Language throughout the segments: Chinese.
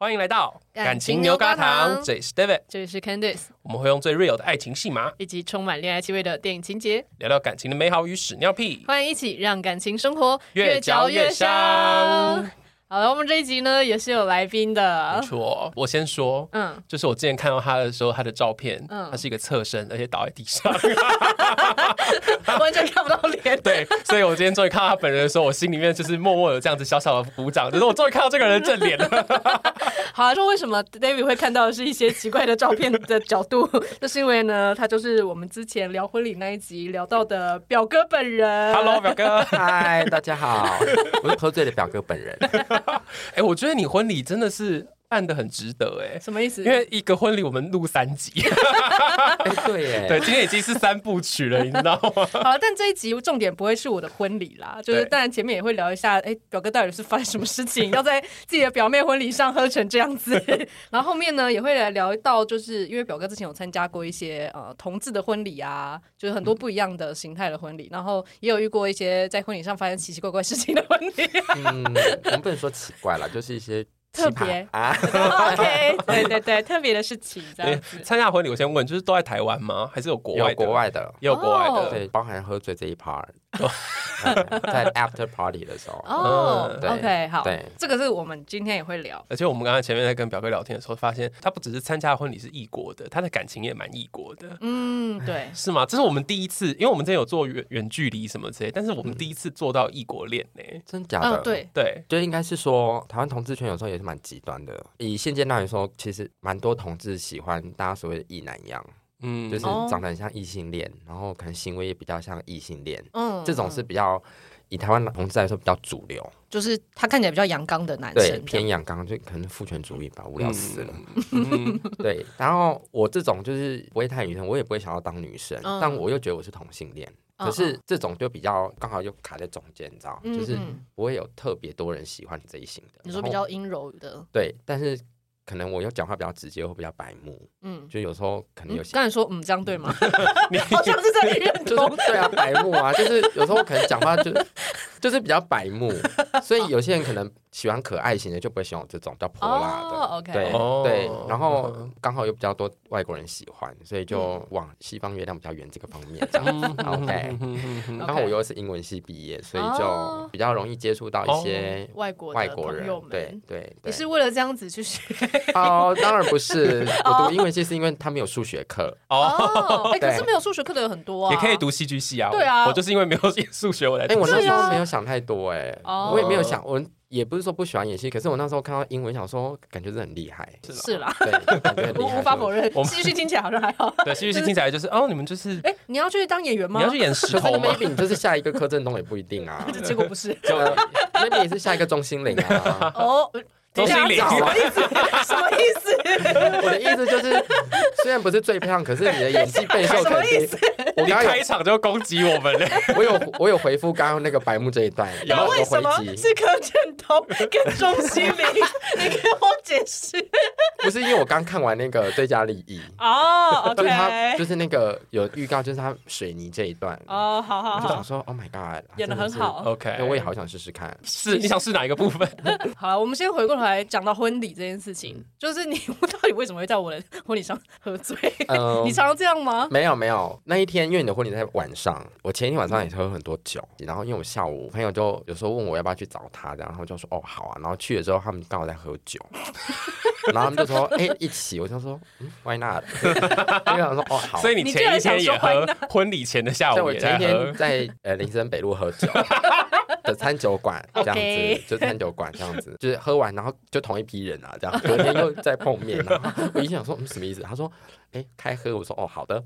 欢迎来到感情牛轧糖这里是 David，这里是 Candice，我们会用最 real 的爱情戏码以及充满恋爱气味的电影情节，聊聊感情的美好与屎尿屁。欢迎一起让感情生活越嚼越香好了，我们这一集呢也是有来宾没的，错，我先说，呃嗯，就是我之前看到他的时候，他的照片，嗯他是一个侧身，而且倒在地 上。完全看不 到脸。对，所以我今天终于看到他本人的时候，我心里面就是默默有这样子小小的鼓掌，就是我终于看到这个人的正脸 了。好，啊说为什么 David 会看到的是一些奇怪的照片的角度， 就是因为呢，他就是我们之前聊婚礼那一集聊到的表哥本人。 Hello，表哥，嗨，大 家好，我是喝醉的表哥本人。哎、我觉得你婚礼真的是办的很值得哎、什么意思？因为一个婚礼我们录三集，哎、对 耶，对，今天已经是三部曲了，你知道吗？ 好，但这一集重点不会是我的婚礼啦，就是对当然前面也会聊一下，哎、表哥到底是发生什么事情，要在自己的表妹婚礼上喝成这样 子。然后后面呢也会来聊到，就是因为表哥之前有参加过一些呃同志的婚礼啊，就是很多不一样的形态的婚礼，然后也有遇过一些在婚礼上发生奇奇怪怪事情的婚礼。啊 嗯，我们不能说奇怪啦，就是一些奇特别葩啊。 OK，对对对，特别的事情这样子 对。参加婚礼，我先问，就是都在台湾吗？还是有国有外的？国外的，也有国外哦的，对，包含喝醉这一 part，、嗯在 after party 的时候，哦、嗯对 o k 好对，这个是我们今天也会聊。而且我们刚才前面在跟表哥聊天的时候，发现他不只是参加的婚礼是异国的，他的感情也蛮异国的，嗯，对，是吗？这是我们第一次，因为我们之前有做远远距离什么之类，但是我们第一次做到异国恋呢、真假嗯、的？对，，对，就应该是说，台湾同志圈有时候也是蛮极端的。以现阶段来说，其实蛮多同志喜欢大家所谓的异男样，嗯，就是哦长得很像异性恋，然后可能行为也比较像异性恋，嗯，这种是比较以台湾同志来说比较主流。就是他看起来比较阳刚的男对生，，偏阳刚就可能父权主义吧，无聊死了。嗯，对，然后我这种就是不会太女生，我也不会想要当女生，嗯但我又觉得我是同性恋。嗯可是这种就比较刚好又卡在中间，你知道，嗯就是嗯不会有特别多人喜欢这一型的。你说比然后较阴柔的，对，但是可能我又讲话比较直接，或比较白目，嗯，就有时候可能有嗯些刚才说嗯这样对 吗？你好像是在认就同是， 对啊，白目啊，就是有时候可能讲话就就是比较白目，所以有些人可能喜欢可爱型的，就不会喜欢我这种比较泼辣的。哦，OK 对、哦对，然后嗯刚好有比较多外国人喜欢，所以嗯就往西方月亮比较圆这个方面这样。OK 嗯 然后我又是英文系毕业，所以哦就比较容易接触到一些外国外国的朋人友。对们，对你对。是为了这样子去学哦，当然 不是，我读英文系是因为他们有数学课。 哦。哦？哎，可对是没有数学课的有很多啊，也可以读戏剧系啊，对啊我我就是因为没有演数学，我来哎、读戏。我那对时啊候没有想太多、哎、哦我也没有想，我也不是说不喜欢演戏，可是我那时候看到英文，想说感觉这很厉害，是是啦，对，感觉很厉我害。无法否认我，们戏剧系听起来好像还 好。对戏剧系听起来就是哦，你们就是哎，你要去当演员吗，你要？去演石可是头吗？ maybe 你就是下一个柯震东也不一定啊结果不是。 就 maybe 你是下一个钟欣凌 啊。哦，钟欣凌等一下什么意思？ 什么意思？我的意思就是，虽然不是最胖，可是你的演技备受什么肯意定思。我你刚刚开有，场就攻击我们嘞，我有，我有回复刚刚那个白目这一段，然后为我什回么击，是柯震东跟钟欣凌？ 你给我解释。不是因为我刚看完那个最佳利益，哦就是他， ，OK，就是那个有预告，就是他水泥这一段，哦，好好我就想好，说，Oh my God，演的很。他真好。 OK，是 哦对，我也好想试试看。是你想试哪一个部分？好了，我们先回过头来讲到婚礼这件事情，就是你 到底为什么会在我的婚礼上喝醉？嗯 你常常这样吗？没有没有，那一天因为你的婚礼在晚上，我前一天晚上也是喝很多酒，然后因为我下午朋友就有时候问我要不要去找他，然后我就说哦好啊，然后去了之后他们刚好在喝酒，然后他们就说哎、一起，我就说嗯 why not，因 为我想说哦好，所所以以你你前一居然天也想说喝，婚礼前的下午我也前一在喝天。 在呃林森北路喝酒的餐 酒馆这样 OK 子，就餐酒馆这样子，就是喝完然后就同一批人啊，这样隔天又再碰面，然 后我一想说嗯什么意思？他说哎、开喝，我说哦好 的。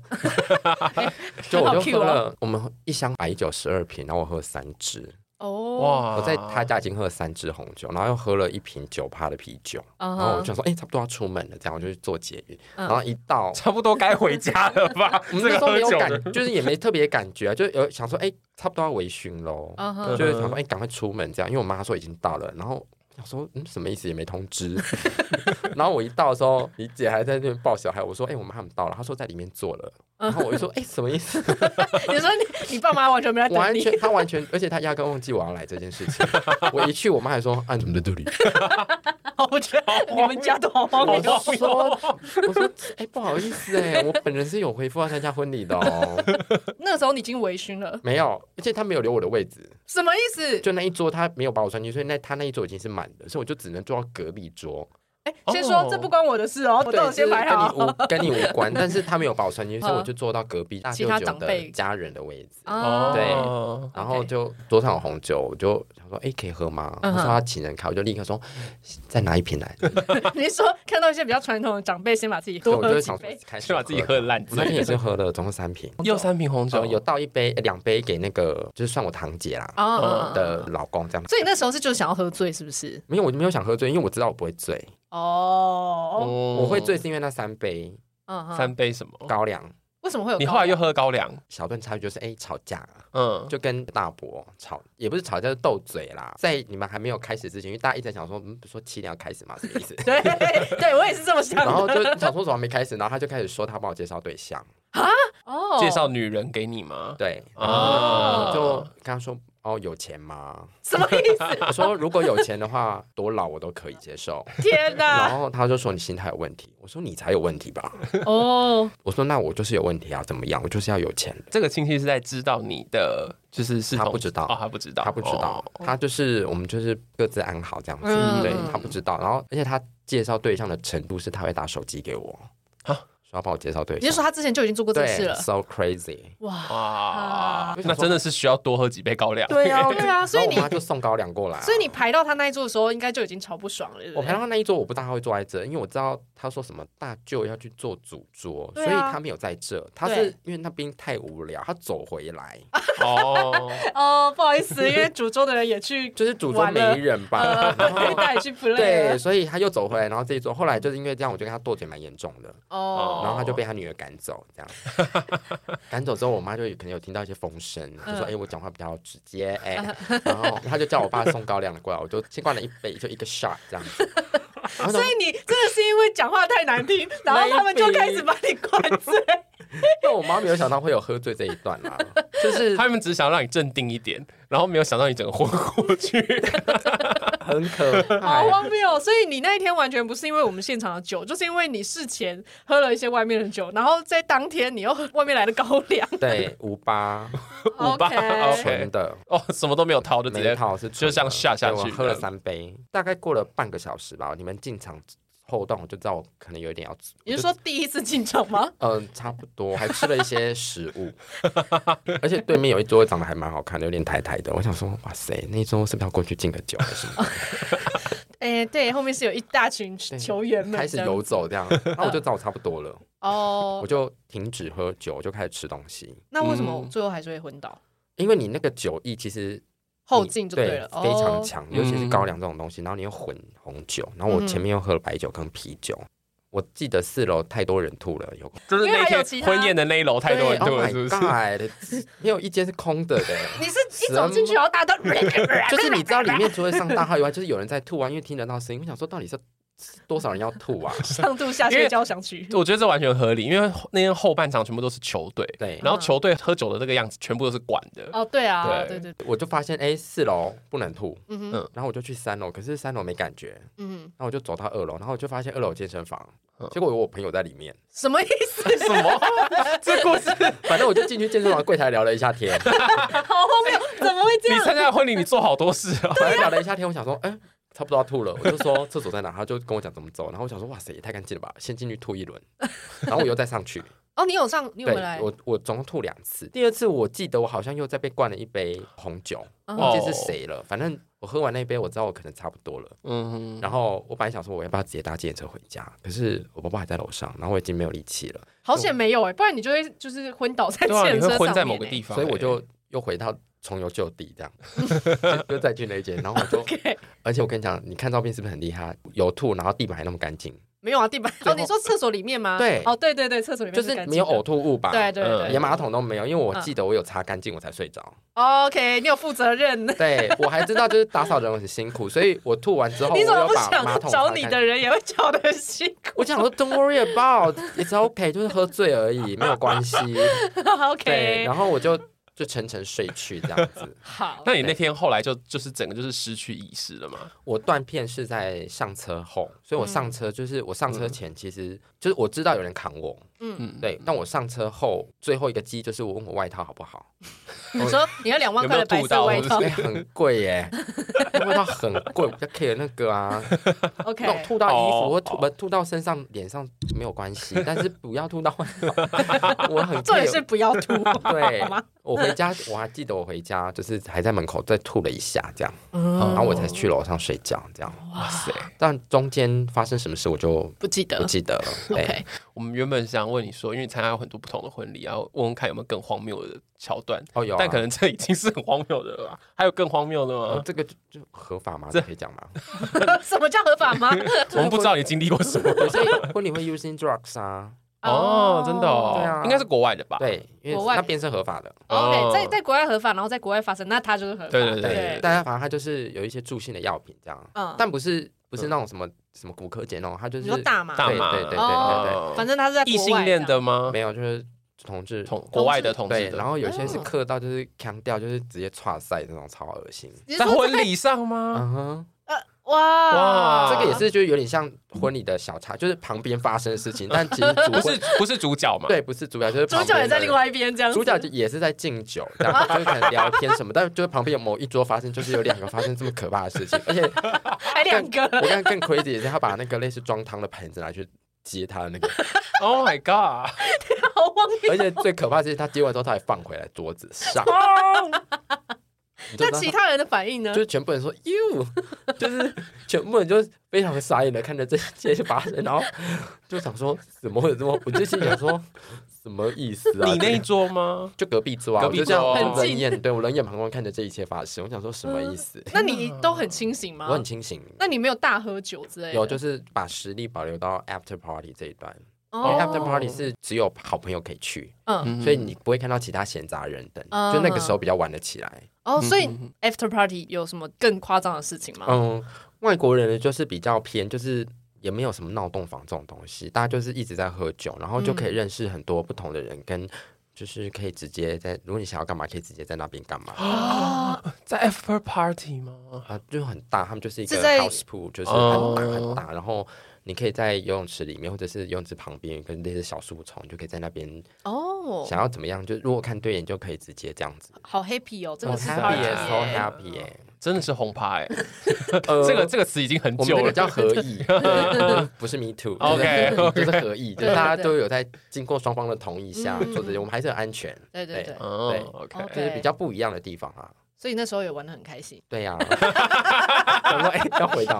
就我好就 Q 喝哦。了，我们一箱白酒十二瓶，然后我喝三支。哦，哇我在他家已经喝了三支红酒，然后又喝了一瓶九趴的啤酒。然然后我就想说，哎、差不多要出门了，这样我就去做捷运。嗯然后一到，差不多该回家了吧？我 这们那个时候喝没有酒的感，就是也没特别感觉、啊，就有想说，哎、差不多要微醺喽。嗯嗯哼，就是想说，哎、赶快出门这样，因为我妈说已经到了，然后。想说嗯什么意思也没通 知， 然后我一到的时候，你姐还在那边抱小孩，我说哎、我妈他们到了，她说在里面坐了，嗯然后我就说哎、什么意 思？你说你你爸妈完全没来等完你，全，他完全，而且他压根忘记我要来这件事情。我一去，我妈还说：“啊，你怎么在这里？”我觉 得你们家都好哦荒我谬。说，我说，哎、不好意思、哎，我本人是有恢复要参加婚礼的哦，那时候你已经微醺了，没有，而且他没有留我的位置，什么意思？就那一桌他没有把我算进去，所以那他那一桌已经是满的，所以我就只能坐到隔壁桌。哎，先说哦这不关我的事哦，我对都有先摆好。嗯就是跟你无跟你无关，但是他没有把我算进去，所以我就坐到隔壁大其舅他舅长辈的家人的位置。哦啊对，然后就桌上有红酒，我就想说，哎、可以喝吗？我嗯哼说他请人开，我就立刻说再拿一瓶来。 你说看到一些比较传统的长辈，先把自己所以多我就喝会几想说杯，开始先把自己喝嗯烂我那天也是喝了总共三瓶， 又三瓶红酒，有有倒一杯、呃两杯给那个就是算我堂姐啦啊啊啊呃的老公这样。所以那时候是就想要喝醉，是不是？没有，我就没有想喝醉，因为我知道我不会醉。哦，我我会醉是因为那三杯嗯嗯三杯什么？高粱。为什么会有高粱？你后来又喝高粱，小段差距就是，哎、吵架啊嗯，就跟大伯吵，也不是吵架，就是斗嘴啦。在你们还没有开始之前，因为大家一直在想说，嗯，不是说七点要开始吗？什么意思？对 对，我也是这么想的。然后就想说怎么还没开始，然后他就开始说他帮我介绍对象，哦介绍女人给你吗？对，哦就跟他说哦有钱吗？ 什么意思？我说如果有钱的话，多老我都可以接受。天哪！ 然后他就说你心态有问题，我说你才有问题吧。哦，我说那我就是有问题啊，怎么样？我就是要有钱。这个亲戚是在知道你的，就是是他同不知道哦，他不知道，他不知道，他就是我们就是各自安好这样子，嗯对他不知道。然后而且他介绍对象的程度是他会打手机给我，啊说要帮我介绍对你是象，说他之前就已经做过这对事了？ ，so crazy。哦哇，哇啊，那真的是需要多喝几杯高粱。对 啊，对啊，所以然后你我妈就送高粱过来啊，所以你排到他那一桌的时候，应该就已经超不爽了，对不对我排到他那一桌，我不知道他会坐在这，因为我知道他说什么大舅要去做主桌，对所啊以他没有在这。他是对啊因为那边太无聊，他走回来，哦，哦，不好意思，因为主桌的人也 去，就是主桌没人吧呃，，然因为后大家也去 play 哦对，了。所以他又走回来，然后这一桌后来就是因为这样，我就跟他斗嘴蛮严重的，哦然后他就被他女儿赶走，这样 赶走之后，我妈就可能有听到一些风声，就说：“嗯哎，我讲话比较直接，哎。”然后他就叫我爸送高粱过来，我就先灌了一杯，就一个 shot 这样子。然后呢所以你真的是因为讲话太难 听，然后他们就开始把你灌 醉。但我妈没有想到会有喝醉这一 段啦，就是他们只是想让你镇定一点，然后没有想到你整个昏过去。 很可好怕。荒谬哦！所以你那一天完全不是因为我们现场的酒，就是因为你事前喝了一些外面的酒，然后在当天你又喝外面来的高 粱。对，五八五八 OK，纯的，哦，什么都没有掏，就直每一接套是纯的就这样下下去对我喝了三杯，大概过了半个小时吧。你们进场后段，我就知道我可能有一点要，你是说第一次进场吗？嗯、差不多，还吃了一些食物， 而且对面有一桌长得还蛮好看的，有点台台的。我想说，哇塞，那一桌是不是要过去敬个酒还是什么？ 哎、对，后面是有一大群球员们开始这样游走这样，然后我就知道我差不多了，哦我。就停止喝酒，我就开始吃东西。那为什么嗯最后还是会昏倒？因为你那个酒意其实后你劲就对了，非常哦。强，嗯尤其是高粱这种东西，然后你又混红酒，然后我前面又喝了白酒跟啤酒。我记得四楼太多人吐了，有就是因为那还有天其他婚宴的那一楼太多人 Oh 对了，是不 my 是？ God，没 有一间是空的的。你是一走进去，然后大家都 就是你知道里面除了上大 号以外，就是有人在吐啊，因为听得到声音。我想说，到底是多少人要吐啊？上吐下 因泻为交响曲。我觉得这完全合理，因为那天后半场全部都是球队，对，然后球队喝酒的这个样子全部都是管的。哦，对啊，对对对对，我就发现，哎，四楼不能吐，嗯哼嗯然后我就去三楼，可是三楼没感觉，嗯哼，然后我就走到二楼，然后我就发现二楼有健身房嗯，结果有我朋友在里面。什么意思？ 什么？ 这故事？反正我就进去健身房柜台聊了一 下天，好荒谬，怎么会哎这你样？参加婚礼，你做好多事 啊！反正聊了一下天，我想说，哎、差不多要吐了，我就说厕所在哪，他就跟我讲怎么走，然后我想说，哇塞，也太干净了吧，先进去吐一轮，然后我又再 上去，哦，你有上，你有对回来？我我总共吐两次，第二次我记得我好像又再被灌了一杯红酒，哦忘记是谁了，反正我喝完那一杯，我知道我可能差不多了，嗯，然后我本来想说我要不要直接搭计程车回家，可是我爸爸还在楼上，然后我已经没有力气了，好险没有哎、不然你就会就是昏倒在对啊，健你身上、会昏面欸在某个地方，所以我就又回到。重游旧地这样，就再去那一间，然后我 就， OK，而且我跟你讲，你看照片是不是很厉害？有吐，然后地板还那么干净，没有啊，地板哦，你说厕所里面吗？对哦，对对对，厕所里面就是没有呕哦，吐物吧？对对嗯对连马桶都没有，因为我记得我有擦干净我才睡着。 OK，你有负责任。对我还知道就是打扫的人很辛苦，所以我吐完之后， 你怎我么有不把马想桶找擦你干的人也会找的很辛苦 我想说 Don't worry about，it's okay，就是喝醉而已，没有关系。对， ？OK，。然后我就就沉沉睡去这样子好，那你那天后来就就是整个就是失去意识了哦嘛？我断片是在上车后，所以我上车就是我上车前其实就是我知道有人扛我，嗯，嗯，对，但我上车后最后一个机就是我问我外套好不好， 你说你要两万块的白色外套有没哎、很 贵耶，那外套很贵，我比较 care 那个啊。那种 ，OK，吐到衣哦服或吐哦不吐到身上、脸上没有关系，但是不要吐到外套。 我很重点 care 是不要吐， 对好吗？我回家，我还记得我回家就是还在门口再吐了一下，这样，然嗯，后我才去楼上睡觉，这样。哇塞！但中间发生什么事我就 不记得不记得了。 哎对， ，OK，我们原本想问你说，因为你参加过很多不同的婚礼，然后问问看有没有更荒谬的桥段，哦有啊，但可能这已经是很荒谬的了吧。 还有更荒谬的哦吗？这个就就合法吗？这这可以讲吗？什么叫合法吗？我们不知道你经历过什么。有些婚礼会 using drugs 啊，哦，真的哦，对啊应该是国外的吧？对，因国为外那边是合法的。哦 OK，在在国外合法，然后在国外发生，那他就是合法。对对对对但它反正它就是有一些助兴的药品这样，嗯但不是不是那种什么什么骨科碱那种，它就你是说大麻，大麻对对对对哦对对。反正他是在国异外性恋的吗？没有，就是同志同国外的同对志，的，然后有些是哦刻到就是腔调，就是直接岔塞这种超恶心。这在样。你是说婚礼上吗？嗯哼，呃，哇哇这啊个也是就是有点像婚礼的小插，就是旁边发生的事情，但其实主不是不是主角嘛？嗯对不是主角，就是主旁角边也在的另。外一边这样子，主角就也是在敬酒，这样就是可能聊天什么，但就是旁边有某一桌发生，就是有两个发生这么可怕的事情，而且还哎两我个，刚刚更 crazy 的是，他把那个类似装汤的盆子拿去接他的那个， ，Oh my god！ 好荒谬。而且最可怕的是他接完之后他还放回来桌子上，你就知哦那道其他他人的反应呢 就？是全部人说 you，就是 全部人就是非常傻眼的看着这些发生，然后就想说怎么会有这么，我就心里想说什么意思啊？你那一这个桌吗？就隔壁桌啊，隔我壁就这样桌哦就很冷近眼，对我冷眼旁观看着这一切发生，我想说什么意思？嗯那你都很清醒吗我？很清醒，那你没有大喝酒之类的？有就是把实力保留到 after party 这一段，因为哦 after party 是只有好朋友可以去，嗯嗯所以你不会看到其他闲杂人等，嗯就那个时候比较玩得起来。哦，所以嗯嗯 after party 有什么更夸张的事情吗？嗯，外国人呢就是比较偏，就是也没有什么闹洞房这种东西，大家就是一直在喝酒，然后就可以认识很多不同的人，跟就是可以直接在，如果你想要干嘛，可以直接在那边干嘛。哦，在 after party 吗？啊，就很大，他们就是一个是在 house pool，就是很哦大很大，然后你可以在游泳池里面，或者是游泳池旁边跟那些小树丛，就可以在那边哦，想要怎么样，就如果看对眼就可以直接这样子，好 happy 哦，这很个是 happy party 耶耶，so 耶 happy 耶，真的是红趴哎， 呃这个这个词已经很我久们那了个。叫合意， 对不是 me too 就是 OK，OK 就是合意，就对是对大家对都有在经过双方的同意下嗯做这些，我们还是很安全，对对对，哦对，OK，这是比较不一样的地方啊。所以那时候也玩的很开心，对呀，我说哎，要回答吗？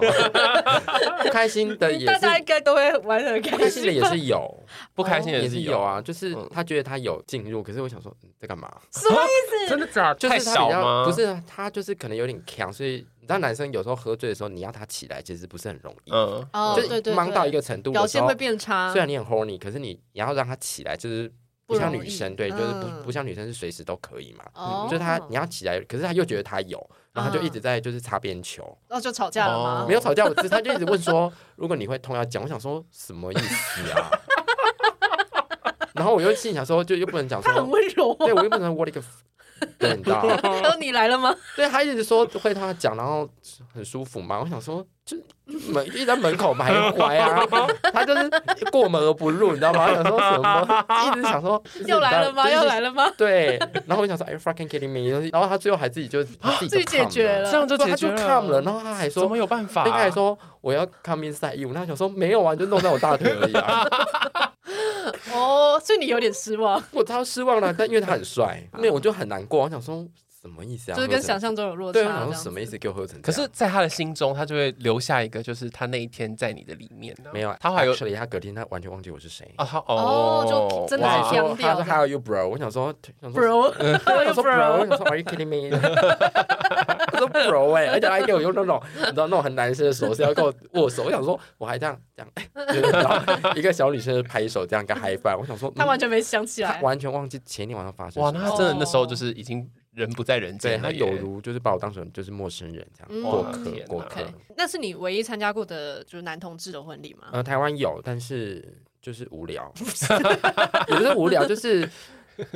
不开心的也大是，家应该都会玩的很不开开心的心也吧，是有，不 开心也也是是有有啊，，就是嗯他觉得他有进入，可是我想说嗯在干嘛？什么意思？的假？就太是他少比较吗？不，是他就是可能有点强，所以你知道男生有时候喝醉的时候，你要他起来其实不是很容易，嗯，哦，就对对是对，忙到一个程度表的时现候会，变差，虽然你很 horny，可是你你要让他起来，就是不不像容女易生，对，就是嗯不不像女生是随时都可以嘛。哦，嗯就是他，你要起来，可是他又觉得他有，然后他就一直在就是擦边球，哦就吵架了吗哦没？有吵架，我只是他就一直问说，如果你会痛要讲，我想说什么意思啊？ 然后我又心里想说，就又不能讲他很说，温柔啊对，我又不能 what 一个， 对，你啊知道吗，他说你来了吗？对他一直说会他讲，然后很舒服嘛。我想说，就门一直在门口徘 徊啊，他就是过门而不入，你知道吗？我想说什么，一直想说 又来了吗？又来了。了吗？对，然后我想说，哎，fucking kidding me！然后他最后还自己就自 自己解决了这样就对，解他就决 come 了，然后他还怎么说，有办法？他还说我要 come inside you，然后想说没有啊，你就弄在我大腿而已 啊，哦，所以你有点失望，我超失望了。但因为他很帅，没有我就很难过，我想说什么意思啊？就是跟想象象中有落差对，啊这我想样说子。什么意思给我喝成可这样？是，在他的心中，他就会留下一个，就是他那一天在你的里面呢。没有，啊他还有这里，他隔天他完全忘记我是谁。啊，他哦就真的哇很他像说腔调他说 How are you, bro？我想说，想说 Bro，我想说 bro，我 bro，想说 Are you kidding me？他说 bro 哎、而且他还给我用那种你知道那种很男生的手势要跟我握手，我想说我还这样这样，就是然后一个小女生拍手这样跟 high five，我想说他完全全没想起他来。完全忘记前天晚上发生哇，什那么他事真的那时候就是已经人不在人对间他了耶，有如就是把我当成就是陌生人这嗯样过哇客天过哪客 OK，。那是你唯一参加过的就是男同志的婚礼嗯吗？ 呃，台湾有，但是就是无聊，也不是无聊，就是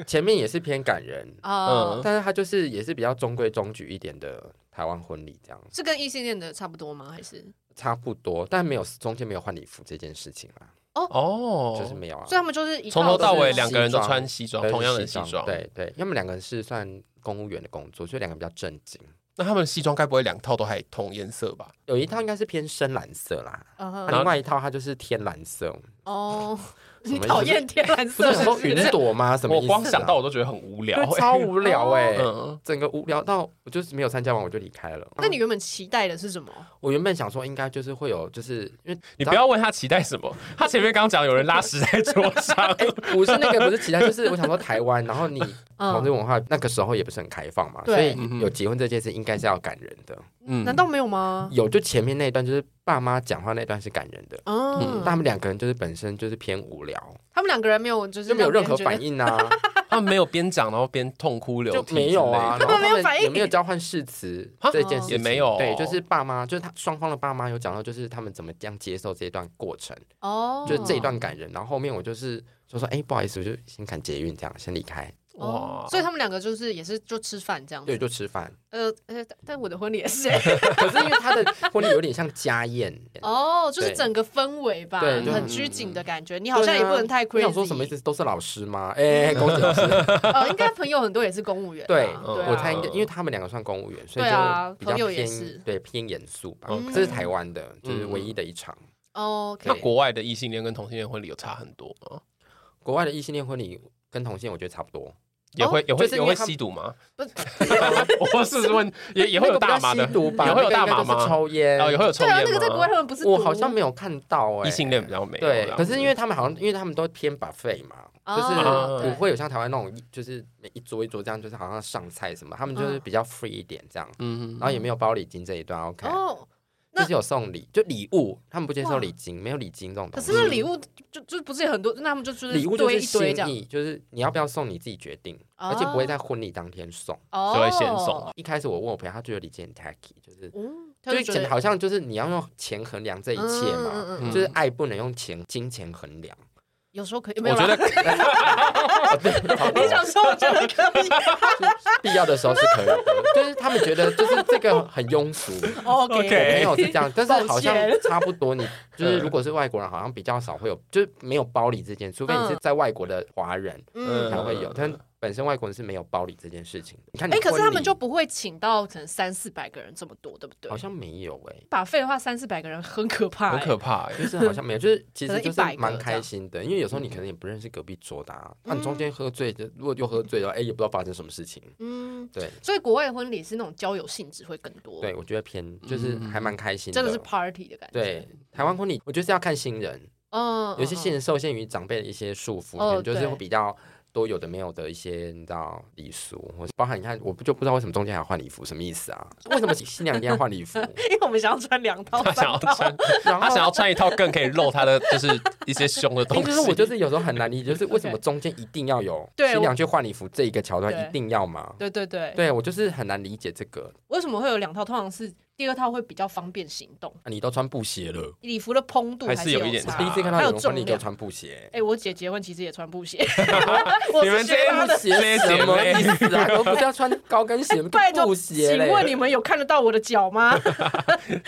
前面也是偏感人，啊嗯，但是他就是也是比较中规中矩一点的台湾婚礼这样，是跟异性恋的差不多吗？还是差不多，但没有中间没有换礼服这件事情啦，哦，就是没有啊所以。他们就是一套从头到尾就是两个人都穿西装，对同样的西西装。，对对，因为我们两个人是算公务员的工作，所以两个人比较正经。那他们西装该不会两套都还同颜色吧？有一套应该是偏深蓝色啦，嗯那哼然后另外一套它就是天蓝 色，哦，什你么意思讨厌天蓝不色是是说不是云朵吗？什么意我思啊？光想到我都觉得很无聊对。超欸无聊哎、 嗯，整个无聊到我就是没有参加完我就离开了。那你原本期待的是什么？我原本想说应该就是会有，就是因为 你不要问他期待什么，他前面刚讲有人拉屎在桌上，不是那个不是其他，就是我想说台湾，然后你同 志嗯，文化那个时候也不是很开放嘛，对所以有结婚这件事应该是要感人的。嗯难道没有吗？有就前面那一段就是爸妈讲话那段是感人的，嗯但，他们两个人就是本身就是偏无聊，他们两个人没有，就是就没有任何让别人反觉 应啊，他们没有边讲然后边痛哭流就涕之类的？没有啊。然他后们没有反应也没有交换誓 词啊这件事情也没有对，就是爸妈就是他双方的爸妈有讲到，就是他们怎么这样接受这一段过程。得哦，就是这一段感人。然后后面我就是就说，哎、不好意思，我就先赶捷运，这样先离开。哦哇，所以他们两个就是也是就吃饭这样对，子。就吃饭。 呃呃，但但我的婚礼也是可是因为他的婚礼有点像家宴，哦，就是对整个氛围吧，对嗯就很拘谨的感觉。你好像也不能太 crazy。欸我想说什么意？思？都是老师吗？哎、公子老师。 呃，应该朋友很多也是公务员啊。对，嗯啊我猜应该，因为他们两个算公务员，所以对啊就比较朋友也偏是嗯对偏严肃吧。 OK 这是台湾的，就是唯一的一场。那哦 OK，国外的异性恋跟同性恋婚礼有差很多吗？国外的异性恋婚礼跟同性，我觉得差不多。也会也会就是也因会为他们吸毒吗？不 我是问，也也会有大麻的那个比较吸，毒吧？也会有那大个麻应该就吗是抽烟，哦，也会有抽对烟啊吗？，那个在国外他们不是我读好像没有看到哎、异性恋比较没有对这，样可是因为他们好像，因为他们都偏 buffet 嘛，啊哦就是不会有像台湾那种，就是每一桌一桌这样，就是好像上菜什么，他们嗯就是比较 free 一点这样，嗯然后也没有包礼金这一段，OK，哦，那就是有送礼，就礼物，他们不接哇受礼金，没有礼金这种可东是西。那礼物就就不是有很多，那他们就就是嗯礼物就堆一是堆心这样，意，就是你要不要送你自己决定，而且不会在婚礼当天送。哦，就会先送一开始我问我朋友，他觉得礼金很 tacky，就是嗯，他就就是觉觉得得好像就是你要用钱衡量这一切嘛，嗯嗯嗯嗯就是爱不能用钱金钱衡量。有时候可以，没我有觉啦得 你想说，我觉得可以必要的时候是可以的，就是他们觉得就是这个很庸俗。 OK ，OK， 没有是这 样，但是好像抱歉嗯差 不多你。就是如果是外国人，好像比较少会有，就是没有包礼这件，除非你是在外国的华人嗯嗯才会有，但本身外国人是没有包礼这件事情的。你看你哎、婚礼，可是他们就不会请到可能三四百个人这么多，对不对好？像没有哎，把费的话，三四百个人很可怕、 很哎可怕欸。就是好像没 有，就是其可实能就是100个嗯蛮开心的，因为有时候你可能也不认识隔壁桌的，啊，那你中间喝醉，就如果又喝醉了，哎，也不知道发生什么事情。嗯，对，所以国外的婚礼是那种交友性质会更多，对，我觉得偏就是还蛮开心嗯的，真的是 party 的感觉。对，台湾婚礼，我觉得是要看新人，嗯，嗯，有一些嗯限受限于长辈的一些束缚，哦可能就是对会比较多有的没有的一些，你知道礼俗，或是包含你看，我不就不知道为什么中间还要换礼服，什么意思啊？为什么新娘一定要换 礼服？因为我们想要穿两 套他三想要套，穿，然他后想要穿一套更可以露他的就是一些胸的 哎东就是我西。就是有时候很难理解，就是为什么中间一定要有对新娘去换礼服这一个桥段，对一定要吗？对对对，对我就是很难理解这个。为什么会有两套？通常是第二套会比较方便行动，啊你都穿布鞋了，礼服的蓬度还是是有一点差。差第一次看到啊还有有人婚礼重给我量穿布鞋。哎、我姐结婚其实也穿布 鞋，我你是们学这她的。哎这些姐什么妹意，思啊？我不是要穿高跟鞋， 拜托，布鞋请嘞？问你们有看得到我的脚吗？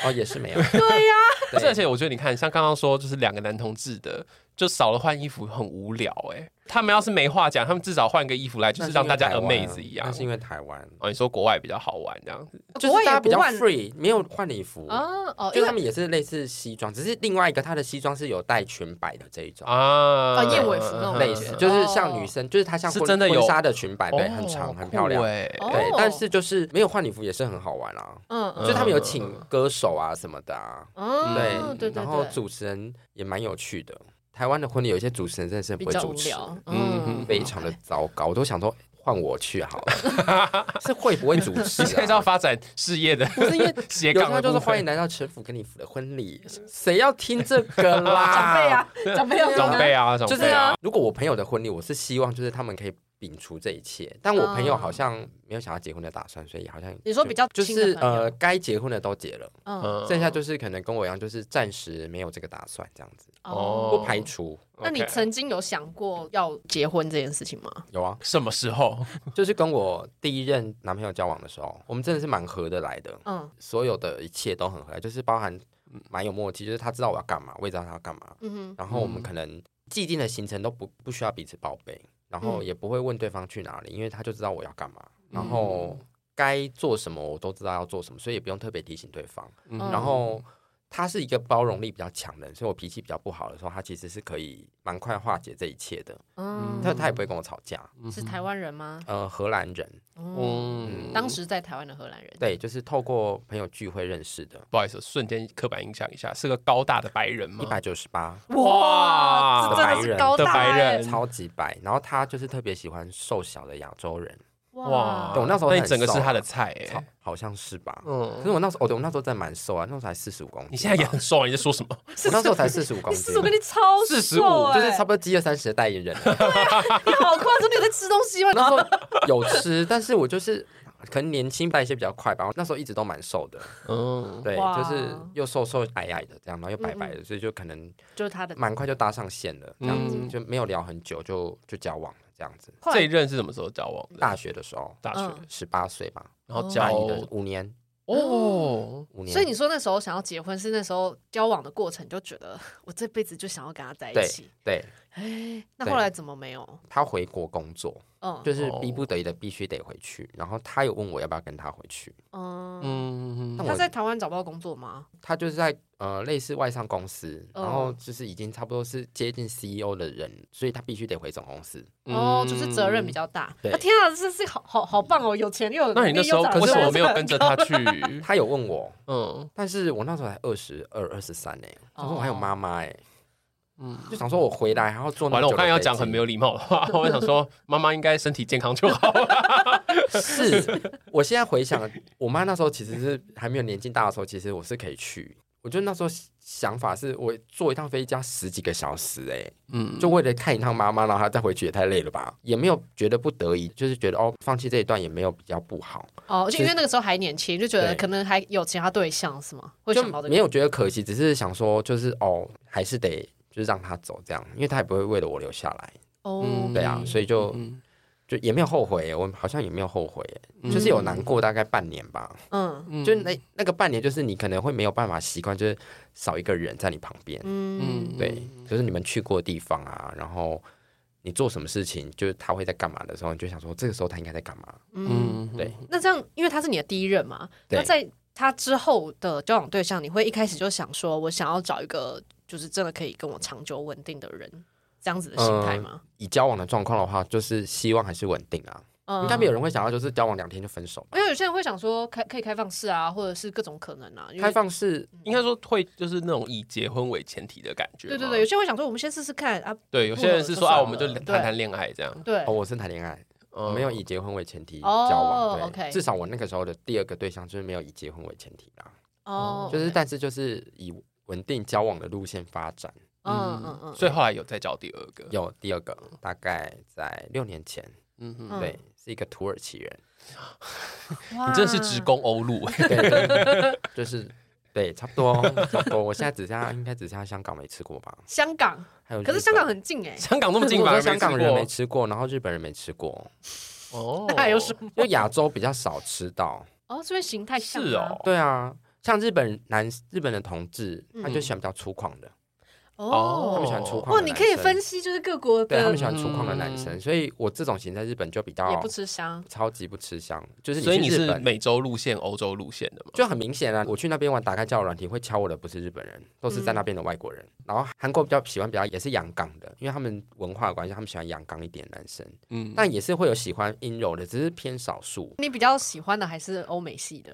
哦，也是没有。对呀、不是而且我觉得你看，像刚刚说，就是两个男同志的，就少了换衣服很无聊哎、他们要是没话讲，他们至少换个衣服来，就是让大家那是因为 amaze 台湾一样那。是因为台湾，哦，你说国外比较好玩这样子， 就国外是大也家比不较换 free，没有换礼服。啊哦，因就是为他们也是类似西装，只是另外一个他的西装是有带裙摆的这一种，啊，燕尾服那种类感似觉就是像女生，就是她像嗯是婚真的有婚纱的裙摆，对，哦很长很酷漂亮，欸哦对。但是就是没有换礼服也是很好玩啊，嗯嗯就他们有请歌手啊什么的啊，哦，对对对，然后对，主持人也蛮有趣的。台湾的婚礼有一些主持人真的是比不会较无主持，聊，嗯嗯，非常的糟糕，我都想说换我去好了， 是会不会主持你现在是要啊？发展事业的不是 因为斜有杠时候的就是部欢迎分。来到陈府跟你府的婚礼，谁要听这 个啦？长辈啊， 长辈要长辈啊，长就是辈啊，如果我朋友的婚礼，我是希望就是他们可以摒除这一切，但我嗯朋友好像没有想要结婚的打算，所以好像你说比较就亲的是呃朋友呃该结婚的都结了，嗯，嗯剩下就是可能跟我一样，就是暂时没有这个打算这样子。哦不排除那你 OK 曾经有想过要结婚这件事情吗？有啊，什么时候？就是跟我第一任男朋友交往的时候，我们真的是蛮合得来的，嗯所有的一切都很合来，就是包含蛮有默契，就是他知道我要干嘛，我也知道他要干嘛，嗯哼然后我们可能既定的行程都不不需要彼此报备，然后嗯也不会问对方去哪里，因为他就知道我要干嘛，然后该做什么我都知道要做什么，所以也不用特别提醒对方。嗯嗯然后他是一个包容力比较强的人，所以我脾气比较不好的时候，他其实是可以蛮快化解这一切的，嗯，他他也不会跟我吵架。是台湾人吗？呃，荷兰人，嗯，嗯当时在台湾的荷兰人。对，就是透过朋友聚会认识的，不好意思，瞬间刻板印象一下，是个高大的白人吗一？百九十八，哇，哇这真的是高的大白欸人超级白。然后他就是特别喜欢瘦小的亚洲人，哇，对我那时候那很你整个瘦是啊他的菜哎、超好像是吧？可嗯，是我那时候，哦，对，我那时候真的蛮瘦啊，那时候才四十五公斤。你现在也很瘦啊，你在说什么？我那时候才四十五公你斤，啊四十五跟你超瘦欸就是差不多饥饿三十的代言人。啊你好夸张！你有在吃东 西吗？那时候有吃，但是我就是可能年轻代谢比较快吧，我那时候一直都蛮瘦的，嗯，对，哇嗯就是又瘦瘦矮矮的这样，然后又白白的，所以就可能就是他的蛮快就搭上线了，这样子、嗯就没有聊很久就就交往了，这样子。后这来一任是什么时候交往的？大学的时候，大学，嗯十八岁吧，然后交大一的五年，哦，五年。所以你说那时候想要结婚，是那时候交往的过程就觉得 我这辈子就想要跟他在一对起。对哎，那对后来怎么没有？他回国工作，嗯，就是哦逼不得已的必须得回去，然后他有问我要不要跟他回去，嗯，嗯，那他我在台湾找不到工作吗？他就是在呃类似外商公司，嗯然后就是已经差不多是接近 CEO 的人，所以他必须得回总公司。嗯嗯哦，就是责任比较大。对啊天啊，这是好好好棒哦，有钱又有那你那时候，又长可是得我没有帅跟着他去，他有问我，嗯但是我那时候才二十二、二十三呢，欸哦我说我还有妈妈哎，嗯， 就想说我回来还要做那完了，么久我的刚才要飞讲机很没有礼貌的 话，我想说妈妈应该身体健康就好，是，我现在回想，我妈那时候其实是还没有年纪大的时候，其实我是可以去。我就那时候想法是我坐一趟飞机要十几个小时、欸，嗯，就为了看一趟妈妈，然后她再回去也太累了吧，也没有觉得不得已，就是觉得哦，放弃这一段也没有比较不好， 哦，就因为那个时候还年轻，就觉得对可能还有其他对象是吗？会就想到这没个。有觉得可惜，只是想说就是哦，还是得就是让她走这样，因为她也不会为了我留下来，哦，嗯对啊，所以就嗯就也没有后悔、欸，我好像也没有后悔、欸，就是有难过大概半年吧，嗯嗯就那那个半年，就是你可能会没有办法习惯，就是少一个人在你旁边。嗯，对，就是你们去过的地方啊，然后你做什么事情，就是他会在干嘛的时候，你就想说，这个时候他应该在干嘛？嗯，对，那这样，因为他是你的第一任嘛，对那在他之后的交往对象，你会一开始就想说，我想要找一个就是真的可以跟我长久稳定的人，这样子的心态吗？以交往的状况的话，就是希望还是稳定啊。嗯，应该没有人会想要就是交往两天就分手吧因？为有些人会想说开可以开放式啊，或者是各种可能啊，因嗯为开。放式应该说会就是那种以结婚为前提的感觉嘛，对对对，有些人会想说，我们先试试看啊，对，有些人是说不合啊，就我们就算了谈谈恋爱这样，对哦，，我是谈恋爱，我嗯没有以结婚为前提交哦往。对 OK 至少我那个时候的第二个对象就是没有以结婚为前提啦，哦，就是但是就是以稳定交往的路线发展。嗯嗯嗯，所以后来有再找第二个，有第二个，大概在六年前，嗯哼，嗯对，是一个土耳其人，你你真的是直攻欧 陆，对，就是就是对，差不多，差不多。我现在只剩下应该只剩下香港没吃过吧，香港，还有可是日香港本很 近哎，香港那么近我反而说香港没吃人过没哎吃过，然后日本人没吃过，哦 那还有什么？因为亚洲比较少吃到。哦，这边形态像是吗哦，对啊，像日本男日本的同志，他嗯就喜欢比较粗犷的，哦他哦，们喜欢粗犷。哇，你可以分，析就是各国对他的们喜哦欢粗犷嗯的男生，所以我这种型在日本就比也较不吃香，超级不吃香，就是所以去你日是本美洲路线、欧洲路线的嘛？就很明显啊，我去那边玩打开交友软体会敲我的不是日本人，都是在那边的外国人。嗯然后韩国比较喜欢比较也是阳刚的，因为他们文化的关系，他们喜欢阳刚一点的男生，嗯，但也是会有喜欢阴柔的，只是偏少数。你比较喜欢的还是欧美系的？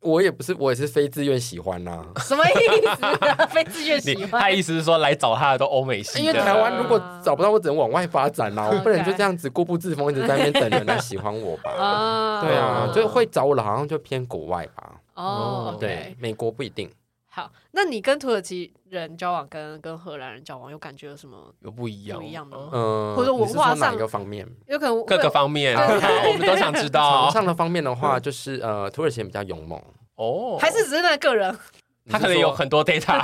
我也不是，我也是非自愿喜欢呐、什么意思、啊？ 非自愿你喜他欢？意思是说来找他的都欧美系因的，为台湾如果找不到，我只能往外发展啦、我不能 OK 就这样子固步自封，一直在那边等人来喜欢我 吧。啊对啊，就会找我的好像就偏国外吧，哦哦，对对，，美国不一定。好，那你跟土耳其人交往，跟跟荷兰人交往，有感觉有什么？有不一样，不一样吗嗯嗯、或者文你是说化哪上一个方面？有可能各个会方面，对好我们都想知床道上的方面的话，就是呃，土耳其人比较勇猛，哦，还是只是那个人他可能有很多 data，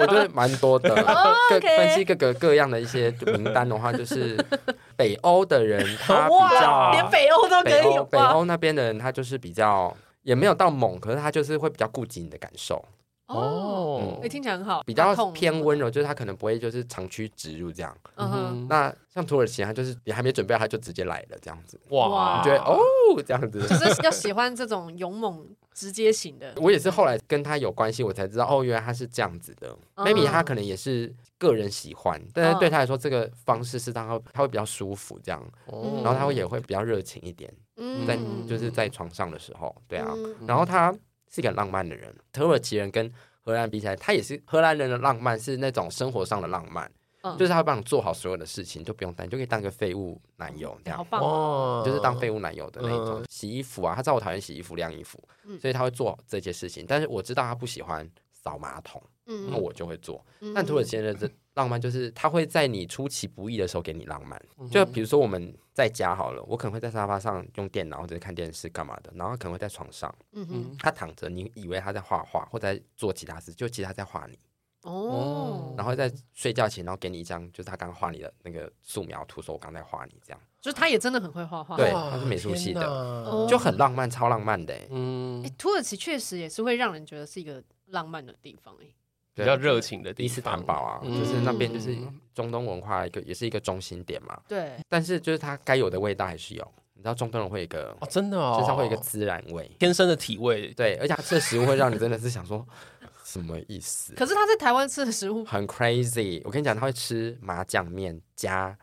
我觉得蛮 多的哦，各 OK 分析各个各样的一些名单的话，就是 北欧的人他比哇，连较北欧都可北以欧北哇欧那边的人他就是比较也没有到猛，可是他就是会比较顾及你的感受，哦，哦哎、，听起来很好，比较打痛偏温，柔，就是他可能不会就是长驱直入这样。嗯哼，那像土耳其，他就是你还没准备好，他就直接来了这样子，哇，哇你觉得哦这样子。，就是要喜欢这种勇猛直接型的我也是后来跟他有关系，我才知道哦，原来他是这样子的。maybe 嗯他可能也是个人喜欢，但是嗯对他来说，这个方式是让他他会比较舒服这样，哦然后他会也会比较热情一点，嗯在嗯就是在床上的时候，对啊。嗯然后他是一个很浪漫的人，土耳其人跟荷兰比起来，他也是荷兰人的浪漫是那种生活上的浪漫，嗯就是他会帮你做好所有的事情，就不用担心，就可以当个废物男友这好样。棒，哦就是当废物男友的那种嗯，洗衣服啊，他知道我讨厌洗衣服、晾衣服嗯，所以他会做这些事情。但是我知道他不喜欢扫马桶，嗯那我就会做。嗯哦但土耳其人 的浪漫就是他会在你出其不意的时候给你浪漫，嗯就比如说我们在家好了，我可能会在沙发上用电脑或者是看电视干嘛的，然后他可能会在床上，嗯哼嗯他躺着，你以为他在画画或者在做其他事，就其实他在画嗯你，哦，然后在睡觉前，然后给你一张就是他刚画你的那个素描图，说我刚在画你这样，就是他也真的很会画画，对哇他是美术系的天哪哦就很浪漫，超浪漫的欸、嗯哎，，土耳其确实也是会让人觉得是一个浪漫的地方，哎，比对啊较热情的伊地斯方坦堡啊，嗯就是那边就是嗯中东文化一个也是一个中心点嘛，对，但是就是它该有的味道还是有，你知道中东人会有一个哦，真的哦，身上会有一个孜然味，天生的体味，对，而且它吃的食物会让你真的是想说 什么意思？可是他在台湾吃的食物很 crazy，我跟你讲，他会吃麻酱面加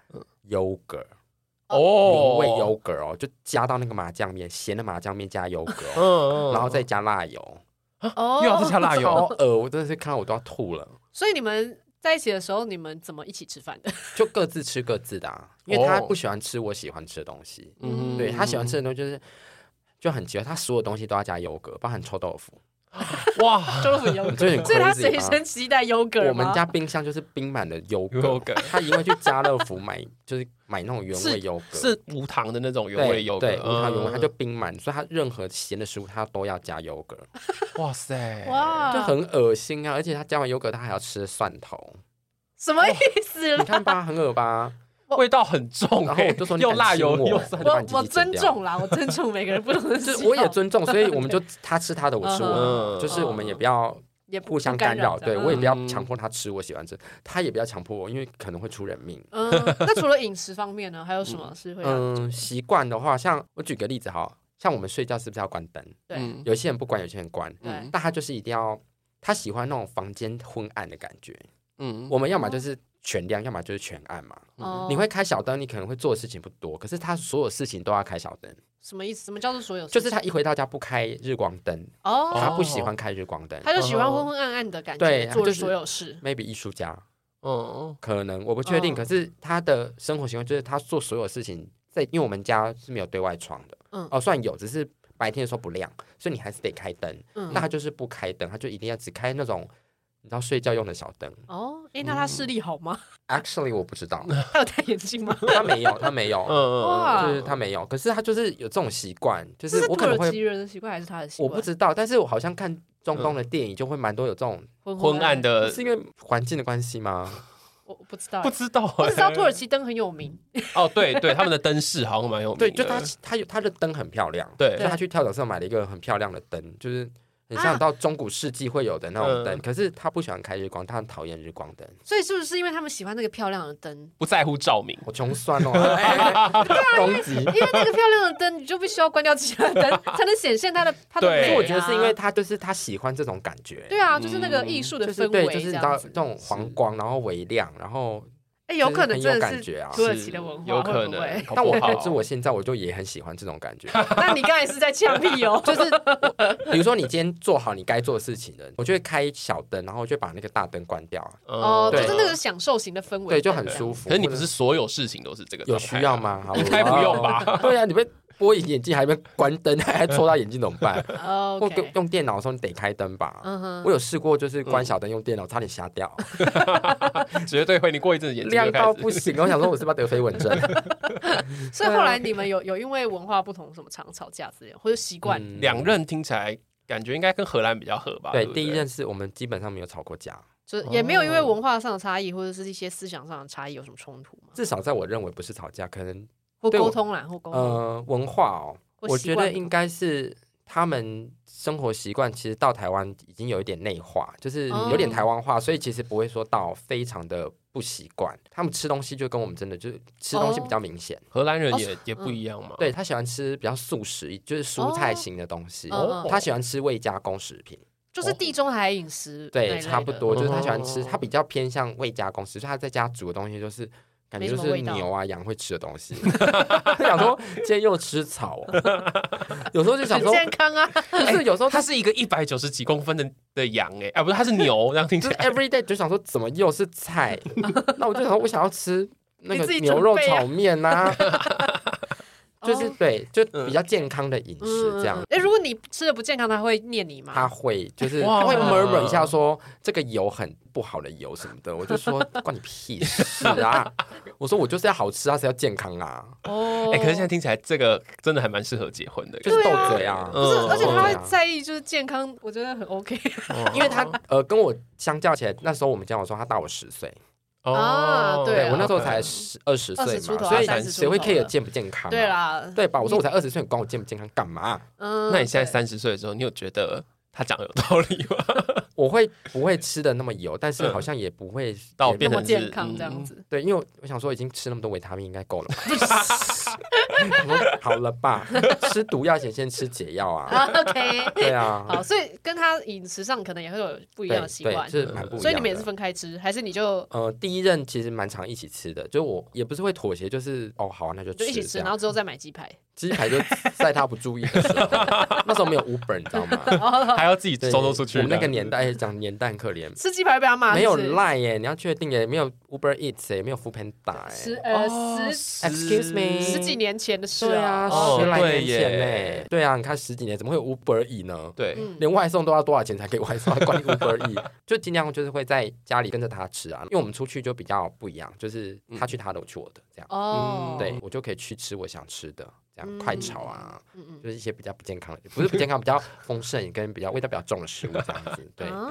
yogurt，嗯哦，原味 yogurt 哦，就加到那个麻酱面，咸的麻酱面加 yogurt，、哦、嗯，嗯然后再加辣油， 哦又要再加辣超油，恶，我真的是看到我都要吐了。所以你们在一起的时候，你们怎么一起吃饭 的？就各自吃各自的、啊，因为他哦不喜欢吃我喜欢吃的东西，嗯对他喜欢吃的东西就是就很奇怪，他所有东西都要加油格，包含臭豆腐，哇，周乳油，这很所以他 crazy 随吧身携带 yogurt 我们吗家冰箱就是冰满了优格， Yogurt 他因为去家乐福买，就是买那种原味优格，是无糖的那种原对味优格，对，无糖原味，嗯他就冰满，所以他任何咸的食物他都要加优格，嗯哇塞，哇，就很恶心啊！而且他加完优格，他还要吃蒜 头，什么意思啊哦你啦？看吧，很恶吧？ 味道很重然后欸，我就说你又敢辣亲油我又酸我，就把我你鸡我鸡尊剪掉重哦啦，我尊重每个人不同的就喜是我 也好尊重，所以我们就他吃他的，我吃我嗯的，就是我们也不要也不互相不干干扰，这对样我也不要嗯强迫他吃我喜欢吃，他也不要强迫我，因为可能会出人命。嗯，那除了饮食方面呢，还有什么是会让？嗯，习惯的话，像我举个例子哈，像我们睡觉是不是要关灯？对嗯有些人不关，有些人关，对，但他就是一定要，他喜欢那种房间昏暗的感觉。嗯，我们要么就是全亮，要么就是全暗嘛。哦嗯你会开小灯，你可能会做的事情不多，可是他所有事情都要开小灯，什么意思？什么叫做所有事就情？是他一回到家不开日光灯，哦，他不喜欢开日光灯。他就喜欢昏昏暗暗的感对觉，他做就是所有事。 maybe 艺术家，嗯可能我不确定，嗯可是他的生活习惯就是他做所有事情在，因为我们家是没有对外窗的，嗯哦，算有，只是白天的时候不亮，所以你还是得开灯。嗯那他就是不开灯，他就一定要只开那种你知道睡觉用的小灯。哦，诶，那他视力好吗？ Actually，我不知道，他有戴眼镜吗？他没有，他没嗯有，嗯，哇就是他没有，可是他就是有这种习惯，就哦这是是土我可能耳会其人的习惯还是他的习我惯？不知道，但是我好像看中东的电影就会蛮多有这种，昏昏暗，的是因为环境的关系吗？我我不知道不欸，知道欸，我只知道土耳其灯很有名。哦，对对，他们的灯饰好像蛮有名的，对，就他他有他的灯很漂亮，对就他去跳蚤市场买了一个很漂亮的灯，就是很像到中古世纪会有的那种灯，嗯可是他不喜欢开日光，他很讨厌日光灯。所以是不是因为他们喜欢那个漂亮的灯？不在乎照明，我穷酸哦，攻击。因为那个漂亮的灯，你就必须要关掉其他的灯，才能显现它的它的对美、所啊。以我觉得是因为他就是他喜欢这种感觉，对啊，就是那个艺术的就氛是围，对，就是你知这道样子这。种黄光，然后微亮，然后哎、有可能真就是的很是有感觉啊土耳其的文是化，有可会不会能，搞但不我好导致我现在我就也很喜欢这种感觉。那你刚才是在呛屁 哦，就是比如说你今天做好你该做的事情了，我就会开小灯，然后就把那个大灯关掉，嗯哦，就对是那个享受型的氛围，对，就很舒。服。可是你不是所有事情都是这个有状态啊，需要吗？ 应该不用吧？ 对啊，你被剥眼镜，还被 关灯，还戳到眼睛怎么办？哦或 用，OK，用电脑的时候你得开灯吧？嗯哼，我有试过，就是关小灯用电脑，差点瞎掉，绝对会。你过一阵 子眼睛就亮开始到不行。我想说，我是不是要得飞蚊症？啊所以后来你们有有因为文化不同什么常吵架之类的，或者习惯，嗯两任听起来感觉应该跟荷兰比较合吧？对对，不对，第一任是我们基本上没有吵过架，就是也没有因哦为文化上的差异或者是一些思想上的差异有什么冲突嘛？至少在我认为不是吵架，可能或对我沟通啦，或沟通，呃文化哦，或我习觉惯得应该是他们生活习惯，其实到台湾已经有一点内化，就是哦有点台湾化，所以其实不会说到非常的不习惯。他们吃东西就跟我们真的就是吃东西比较明显，荷兰人哦也也不一样嘛。对他喜欢吃比较素食，就是蔬菜型的东西，哦嗯嗯他喜欢吃未加工食品，就是地中海饮食那一类对，的差不多，嗯就是他喜欢吃，他比较偏向未加工食，就是他在家煮的东西就是。感觉就没什么味是道牛啊羊会吃的东西， 就想说今天又吃草哦，有时候就想很说健康啊， 就是有时候它他哦是一个一百九十几公分的的羊哎、啊不是，它是 牛，这样听起就是来欸 every day 就想说怎么又是菜，那我就想说我想要吃那你个自己准牛肉备啊炒面呐、 就是哦对，就比较健康的饮食嗯这样。哎，如果你吃的不健康，他会念你他吗？会就是哇他会 murmur 一下说这个油很不好的油什么的，我就说关你屁事啊！ 我说我就是要好吃啊，是要健康啊，哦哎、可是现在听起来这个真的还蛮适合结婚的。就是斗对啊嘴啊。嗯不是，而且他对啊会在意就是健康，我觉得很 OK 嗯因为他呃跟我相较起来，那时候我们交往说他大我十岁，啊对对我那时候哦 OK 才十二十岁20出嘛，头啊所以30谁会出头了 care 健不健康、啊？对啦，对吧？我说我才二十岁，你管我健不健康干嘛？嗯那你现在对三十岁的时候，你有觉得他讲的有道理吗？ 我会不会吃的那么油，但是嗯好像也不会到也变那成么健康这样。嗯子，对，因为我我想说已经吃那么多维他命应该够了吧。 我说好了吧，吃毒药前先吃解药啊。啊 OK， 对啊，好，所以跟他饮食上可能也会有不一对样的习对，惯，就是蛮不一样的。所以你们也是分开吃，还是你就呃，第一任其实蛮常一起吃的，就我也不是会妥协，就是哦好啊，那就就吃一起吃，这样然后之后再买鸡排？鸡排就在他不注意的时候，那时候没有 Uber，你知 道吗？哦还要自己对收收出去。我们那个年代哎讲年代很 可怜，吃鸡排会被他骂，没有啊是不是 Line 耶，你要确定哎耶，没有 Uber Eats 耶，没有 Food Panda 耶。十哦呃十 Excuse me 十几年前的事对啊，哦十来对年耶前呢、对啊，你看十几年，怎么会有 Uber E 呢？对，嗯，连外送都要多少钱才可以外送？还管理 Uber E，就尽量就是会在家里跟着他吃啊，因为我们出去就比较不一样，就是他去他的，我去我的，这样，嗯哦，对我就可以去吃我想吃的，这样、嗯快炒啊，嗯嗯，就是一些比较不健康的，不是不健康，比较丰盛跟比较味道比较重的食物这样子，对。啊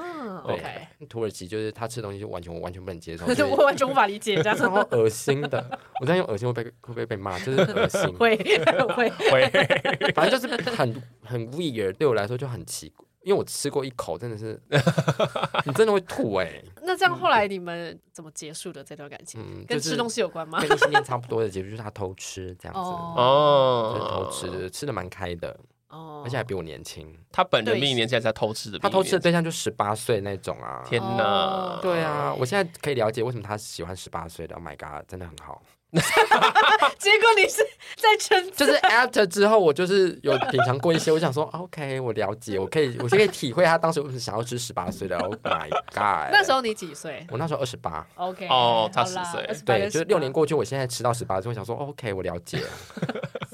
对，OK，土耳其就是他吃的东西就完全我完全不能接 受， 我完全无法理解这样 子然后恶心的，我这样用恶心会被会不会被骂？就是恶心，会 会，会 反正就是很 很 weird，对我来说就很奇怪，因为我吃过一口，真 的是，你真的会吐哎、那这样后来你们怎么结束的这段感情？嗯，跟吃东西西有关吗？跟异性恋差不多的结局就是他偷吃这样子，就是哦偷，吃，吃的蛮开的，哦而且还比我年轻，他本人比你年纪还在偷吃的，他比你偷吃的年纪对象就十八岁那种啊。天哪哦！对啊，我现在可以了解为什么他喜欢十八岁的。Oh my god，真的很 好。结果你是在称就是 after 之后，我就是有品尝过一些，我想说啊 OK，我了解，我可以，我就可以体会他当时为什么想要吃十八岁的。Oh my god， 那时候你几岁我那时候二十八， ？OK，哦差好啦10岁28对，跟就是18六年过去，我现在吃到十八岁，我想说 OK，我了 解了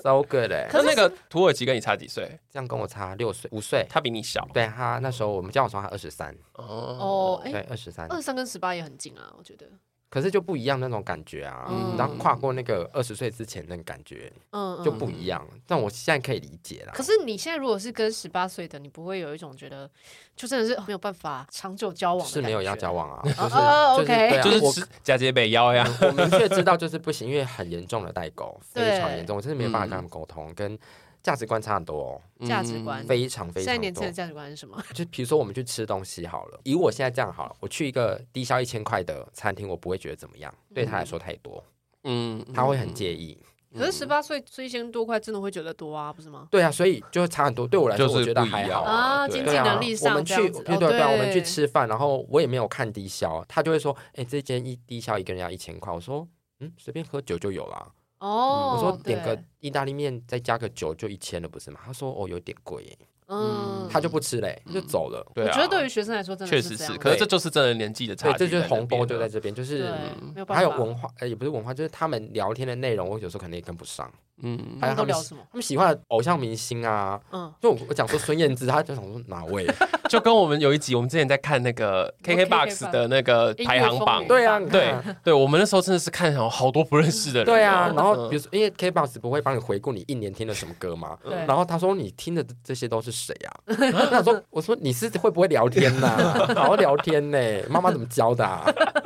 ，so good 哎、那那个土耳其跟你差几岁？这样跟我差六岁五岁，他比你小对他那时候我们交往的时候他二十三，哦。哦，嗯对哎，二十三二，十三跟十八也很近啊，我觉得，可是就不一样那种感觉啊，嗯你知道跨过那个二十岁之前那个感觉嗯，嗯就不一样，但我现在可以理解啦可。是你现在如果是跟十八岁的，你不会有一种觉得就真的是没有办法长久交往的是没有要交往，往啊，就是、 哦就是 OK 对啊就是我吃假节北腰呀，我明确知道就是不行，因为很严重的代沟，对嗯非常严重，我真的没有办法跟他们沟通，跟价值观差很多哦，价值观非常非现在常年轻多人的。价值观是什么？就比如说我们去吃东西好了，以我现在这样好了，我去一个低消一千块的餐厅，我不会觉得怎么样，对他来说太多，嗯，他会很介意。可是十八岁吃一千多块，真的会觉得多啊，不是吗？对啊，所以就差很多。对我来说，就是我觉得不一还样好。啊，对经对济啊能力，我上们这去样子，对哦对啊，我们去，吃饭，然后我也没有看低消，他就会说，哎，这间一低消一个人要一千块，我说，嗯，随便喝酒就有啦。哦，我说点个对，意大利面，再加个酒就一千了，不是吗？他说哦，有点贵耶，嗯，他就不吃嘞，就走了。对我啊，觉得对于学生来说，真的确实这样是，子可是这就是真的年纪的差距，对，这就是红啊包就在，这边，就对是，没有办法，还有文化，呃，也不是文化，就是他们聊天的内容，我有时候可能也跟不上。嗯他们都聊喜什么？他们喜欢的偶像明星啊，嗯，就我我讲说孙燕姿，他就想说哪 位？就跟我们有一集，我们之前在看那 个 KKBOX 的那个排行榜音乐风云，对啊，你对看对，我们那时候真的是看好好多不认识的人，对啊，然后嗯比如说，因为 K-box 不会帮你回顾你一年听了什么歌嘛，对然后他说你听的这些都是谁啊？ 那我说我说你是会不会聊天呐、好好聊天呢、妈妈怎么教的、啊？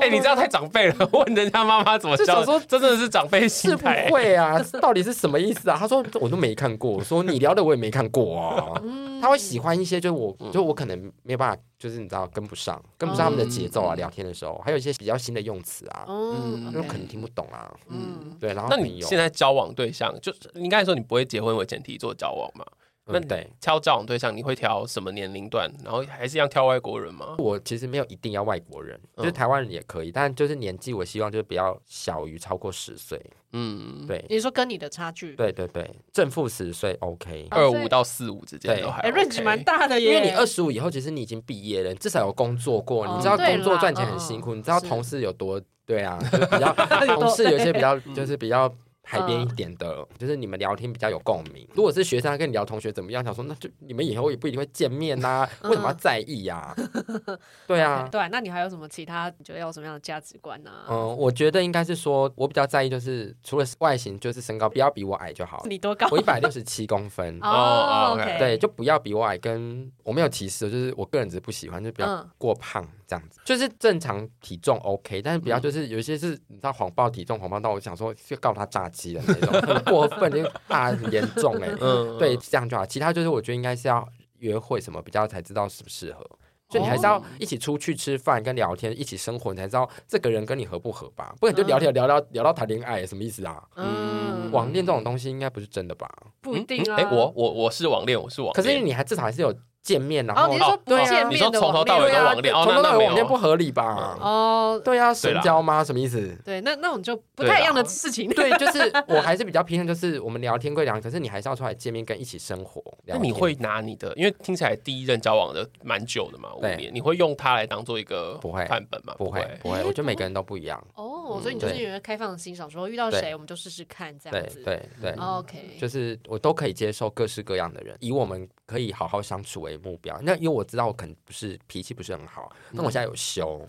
哎、你这样太长辈了， 问人家妈妈怎么就教想的，说这真的是长辈心 是不态。会啊，到底是什么意思啊？他说我都没看过，我说你聊的我也没看过哦啊。嗯嗯他会喜欢一些，就是我，就我可能没有办法，就是你知道跟不上，跟不上他们的节奏啊，嗯聊天的时候，还有一些比较新的用词啊，哦嗯，嗯那 OK 我可能听不懂啊。嗯，对，然后那朋你友现在交往对象，就是你刚才说你不会结婚为前提做交往嘛？那嗯对。挑交往对象，你会挑什么年龄段？然后还是一样挑外国人吗？我其实没有一定要外国人，就是嗯台湾人也可以，但就是年纪，我希望就是不要小于超过十岁。嗯，对，你说跟你的差距，对对对，正负十岁 OK，二所以五到四五之间对都还哦哎 OK、 ，range 蛮大的因耶，为你二十五以后，其实你已经毕业了，你至少有工作过，哦你知道对工作啦赚钱很嗯辛苦，嗯你知道是同事有多对啊，就 是比较同事有些比较就是比较。海嗯边一点的，就是你们聊天比较有共鸣。如果是学生他跟你聊同学怎么样，想说那就你们以后也不一定会见面呐、嗯为什么要在意呀、 对啊，对，那你还有什么其他？你觉得要有什么样的价值观呢？嗯，我觉得应该是说，我比较在意就是除了外形，就是身高，不要比我矮就好。 你多高？我一百六十七公分，哦，OK， ，OK 对，就不要比我矮。跟我没有歧视，就是我个人只是不喜欢，就不要嗯过胖这样子。就是正常体重 OK，但是不要就是有一些是你知道谎报体重，谎报到我想说就告他诈欺的那种，很过分，就大很严重哎、嗯对，，这样就好。其他就是我觉得应该是要约会什么比较才知道适不适合。就你还是要一起出去吃饭跟聊天，一起生活，你才知道这个人跟你合不合吧？不然你就聊聊聊聊聊到谈恋爱，什么意思啊？嗯网恋这种东西应该不是真的吧？不一定啊。哎、我我我是网恋，我是网可是恋。你还至少还是有见面，然哦，后你是说不对啊见哦你面说的从头到网尾都恋网恋，哦，从那头那到没尾有网恋不合理吧？哦，？对啊，对啦神交吗？什么意思对，啊那那种就不对太一啦样的事情。 对，就是我还是比较偏向，就是我们聊天归聊，可是你还是要出来见面跟一起生活。那聊你天会拿你的，因为听起来第一任交往的蛮久的嘛，五对年，你会用它来当做一个不会范本吗？不会不会？我觉得每个人都不一样。哦，嗯所以你就是对有一个开放的心，想说遇到对谁我们就试试看这对样子。哦对对， ，OK，就是我都可以接受各式各样的人，以我们可以好好相处为目标。那因为我知道我可能不是脾气不是很好，那我现在嗯有修，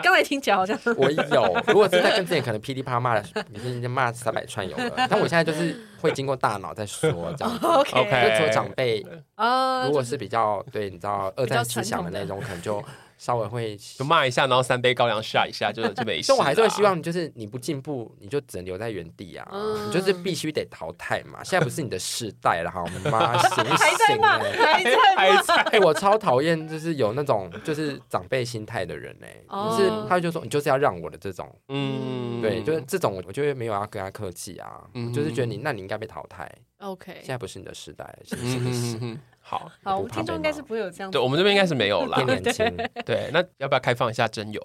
刚才听起来好像我有。如果是在跟之前可能噼里啪啦骂的，已经骂三百串有了，但我现在就是会经过大脑再说这样子。哦 OK 就除了长辈，啊，如果是比较对你知道二比较战思想的传统的那种，可能就稍 微会。就骂一下，然后三杯高粱下一下，就 就没事啦。但我还是会希望，就是你不进步，你就只能留在原地啊！嗯你就是必须得淘汰嘛。现在不是你的世代了哈，我们 妈醒一还在醒、骂，欸！还 在骂。还 在哎、我超讨厌就是有那种就是长辈心态的人哎、哦就是他就说你就是要让我的这种，嗯，对，就是这种我我就会没有要跟他客气啊，嗯就是觉得你那你应该被淘汰， OK， 现在不是你的时 代了，是嗯是哼不哼是？哼好，好，我们不怕听众被应该骂是不会有这样子对我。们这边应该是没有 啦变。年轻，对，那要不要开放一下真友？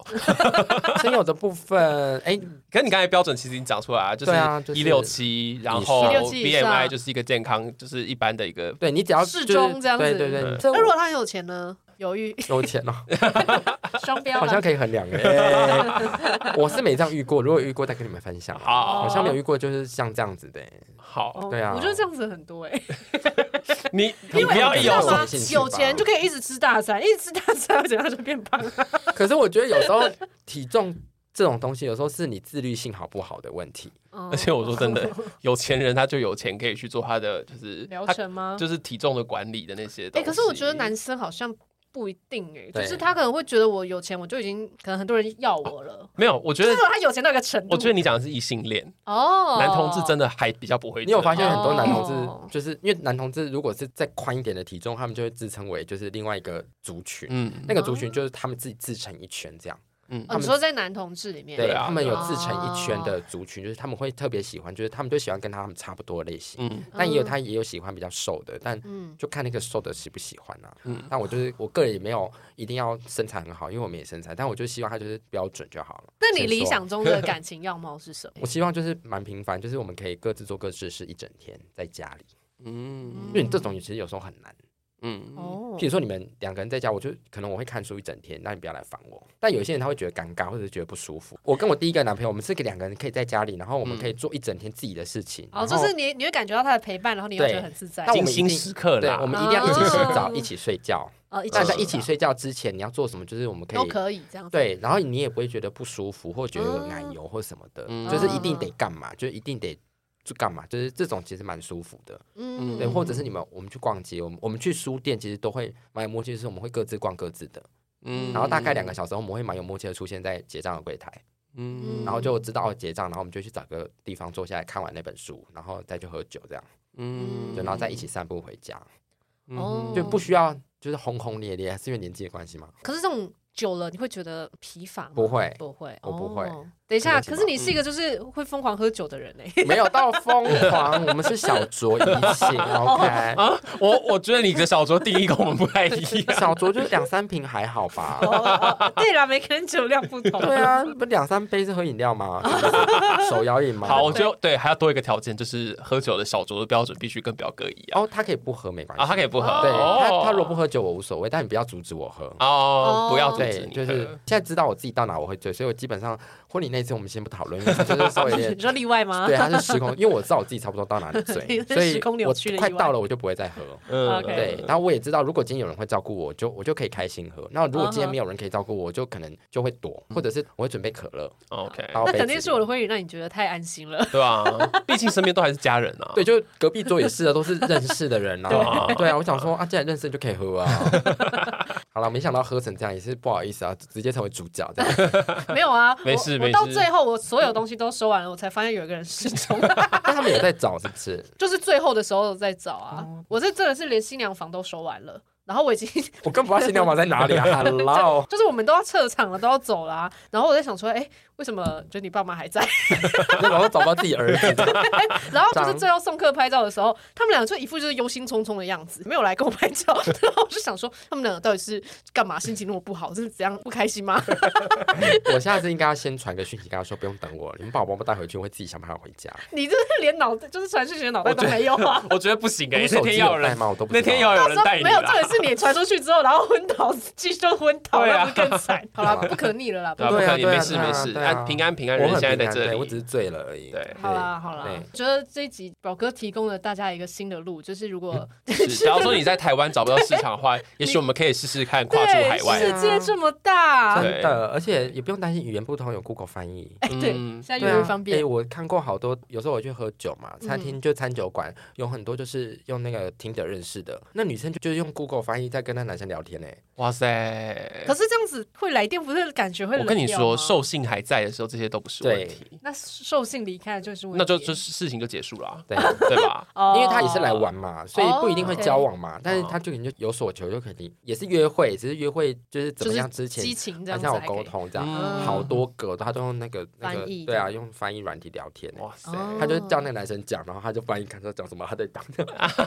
真有的部分，哎、可是你刚才标准其实已经讲出来啊，就对啊就是一六七，然后167以上 BMI 就是一个健康，就是一般的一个。对你只要适就是中嗯这样子对对对，对你这那如果他很有钱呢？犹豫 有钱哦、双标好像啦，可以衡量哎、欸 我是没这样遇过，如果遇过再跟你们分享。啊好好像没有遇过，就是像这样子的、欸，好，哦对啊我觉得这样子很多哎，你你因为不要你一知有道要吗吗？有钱就可以一直吃大餐， 一直吃大餐，怎样就变胖了？可是我觉得有时候体重这种东西，有时候是你自律性好不好的问题。 嗯而且我说真的，有钱人他就有钱可以去做他的，就是疗他程吗？就是体重的管理的那些东哎、西。可是我觉得男生好像不一定哎、对就是他可能会觉得我有钱，我就已经可能很多人要我了。没有，我觉就得是他有钱到一个程度，我觉得你讲的是异性恋，哦，男同志真的还比较不会。你有发现很多男同哦志，就是因为男同志如果是再宽一点的体重，他们就会自称为就是另外一个族群，嗯那个族群就是他们自己自成一圈这样。嗯哦，他你们说在男同志里面，对啊他们有自成一圈的族群，就是他们会特别喜欢，就是他们就喜欢跟他们差不多的类型。嗯但也有他也有喜欢比较瘦的，但嗯，就看那个瘦的喜不喜欢啊。嗯，但我就是我个人也没有一定要身材很好，因为我们也身材，但我就希望他就是标准就好了。那你先理说想中的感情样貌是什么 我？希望就是蛮平凡，就是我们可以各自做各自的事一整天在家里，因为嗯你这种其实有时候很难。嗯，哦譬如说你们两个人在家，我就可能我会看书一整天，那你不要来烦我。但有些人他会觉得尴尬，或者是觉得不舒服。我跟我第一个男朋友，我们是两个人可以在家里，然后我们嗯可以做一整天自己的事情。哦，然就后是你你会感觉到他的陪伴，然后你又对觉得很自在但。我精们一定心时刻对，啦我，们一定要一起洗哦，澡一起睡觉。哦，一起但在睡一起觉睡觉之前，你要做什么？就是我们可都以可以这样子。对，然后你也不会觉得不舒服，或觉得奶油或什么的，嗯嗯就是一定得干嘛，就一定得就干嘛，就是这种其实蛮舒服的。嗯，对，或者是你们我们去逛街，我们我们去书店，其实都会蛮有默契，就是我们会各自逛各自的，嗯然后大概两个小时后，我们会蛮有默契的出现在结账的柜台，嗯嗯然后就知道结账，然后我们就去找个地方坐下来看完那本书，然后再去喝酒这样，嗯对，然后再一起散步回家，嗯哦就不需要就是轰轰烈烈，是因为年纪的关系吗？ 可是这种久了，你会觉得疲乏吗？不会不会，我不会哦等一下，真可的吗是你是一个就是会疯狂喝酒的人哎。？没有到疯狂，我们是小酌怡 情，OK。啊， 我我觉得你的小酌定义跟我们不太一 样。小酌就是两三瓶还好吧哦哦 对啦，每个人酒量不同。 嗯对 啊，不两三杯是喝饮料吗？是不是 手摇饮吗？好，我就对，还要多一个条件，就是喝酒的小酌的标准必须跟表哥一样哦，他可以不喝没关系。啊，他可以不喝，对哦他，他如果不喝酒我无所谓，但你不要阻止我喝。哦，不要阻止对，你，就是现在知道我自己到哪我会醉，所以我基本上婚礼那次我们先不讨论，因为就是稍微 有点你说例外吗？对，他啊是时空，因为我知道我自己差不多到哪里你 醉，是所以时空扭我曲的意快外到了我就不会再喝。嗯 OK 对，然后我也知道，如果今天有人会照顾我，我就我就可以开心喝。那如果今嗯天没有人可以照顾我，我就可能就会躲，或者是我会准备可乐。 ，OK，然后那杯肯子定里是我的婚礼让你觉得太安心 了。对啊，毕竟身边都还是家人啊，对，就隔壁桌也是啊的，都是认识的人啊。 对啊，我想说啊，既然认识就可以喝啊。 好了，没想到喝成这样，也是不好意思啊，直接成为主角这样。 没有啊，没事我没我到事最后我所有东西都收完了，我才发现有一个人失踪， 但他们有在找是不是？就是最后的时候在找啊。哦我这真的是连新娘房都收完了，然后我已经 我更不知道新娘房在哪里啊。Hello， 就是我们都要撤场了，都要走啦、然后我在想说，哎、为什么就你爸妈还在？那老后找不到自己儿子，然后就是最后送客拍照的时候，他们俩就一副就是忧心忡忡的样子，没有来跟我拍照。 然后我就想说，他们两个到底是干嘛？心情那么不好，是怎样不开心吗？ 我下次应该要先传个讯息跟他说，不用等我，你们把我包包带回去，我会自己想办法回家。你就是连脑袋就是传讯息的脑袋都没有 啊！我觉得不行我哎，们那手天机要有有带人，吗？我都不知那道天要有到时人候带你没有，重啦，点是你传出去之后，然后昏倒，继续就昏倒， 对啊那不是更惨？好啦，不可逆了啦，不对啊，可不对啊可以，对啊没事对啊没事，对啊安平安平安我人很现在在平安这对里，我只是醉了而已。对，好啊啦好啦对，觉得这一集表哥提供了大家一个新的路，就是如果是，假如说你在台湾找不到市场的 话，也许我们可以试试看跨出海外对，世界这么大，对真的，而且也不用担心语言不通，有 Google 翻译。哎对，嗯现在对越来啊，越方便。嗯诶我看过好多，有时候我去喝酒嘛，餐厅就餐酒馆、有很多就是用那个听者认识的，那女生就就是用 Google 翻译在跟那男生聊天呢、哇塞！可是这样子会来电，不是感觉会我冷跟你掉说，吗兽性还在的时候，这些都不是问题，那兽性离开了就是问题那就就是事情就结束了啊，对，对吧？ 哦因为他也是来玩嘛，所以不一定会交往嘛，但是哦他就肯定有所求，就肯定也是约会，只是约会就是怎么样之前激情这好样子像有还可以沟通 这样，嗯好多个他都用那个那个翻译对啊，用翻译软体聊天、欸。哇塞！哦他就叫那个男生讲，然后他就翻译看他讲什么，他 在讲。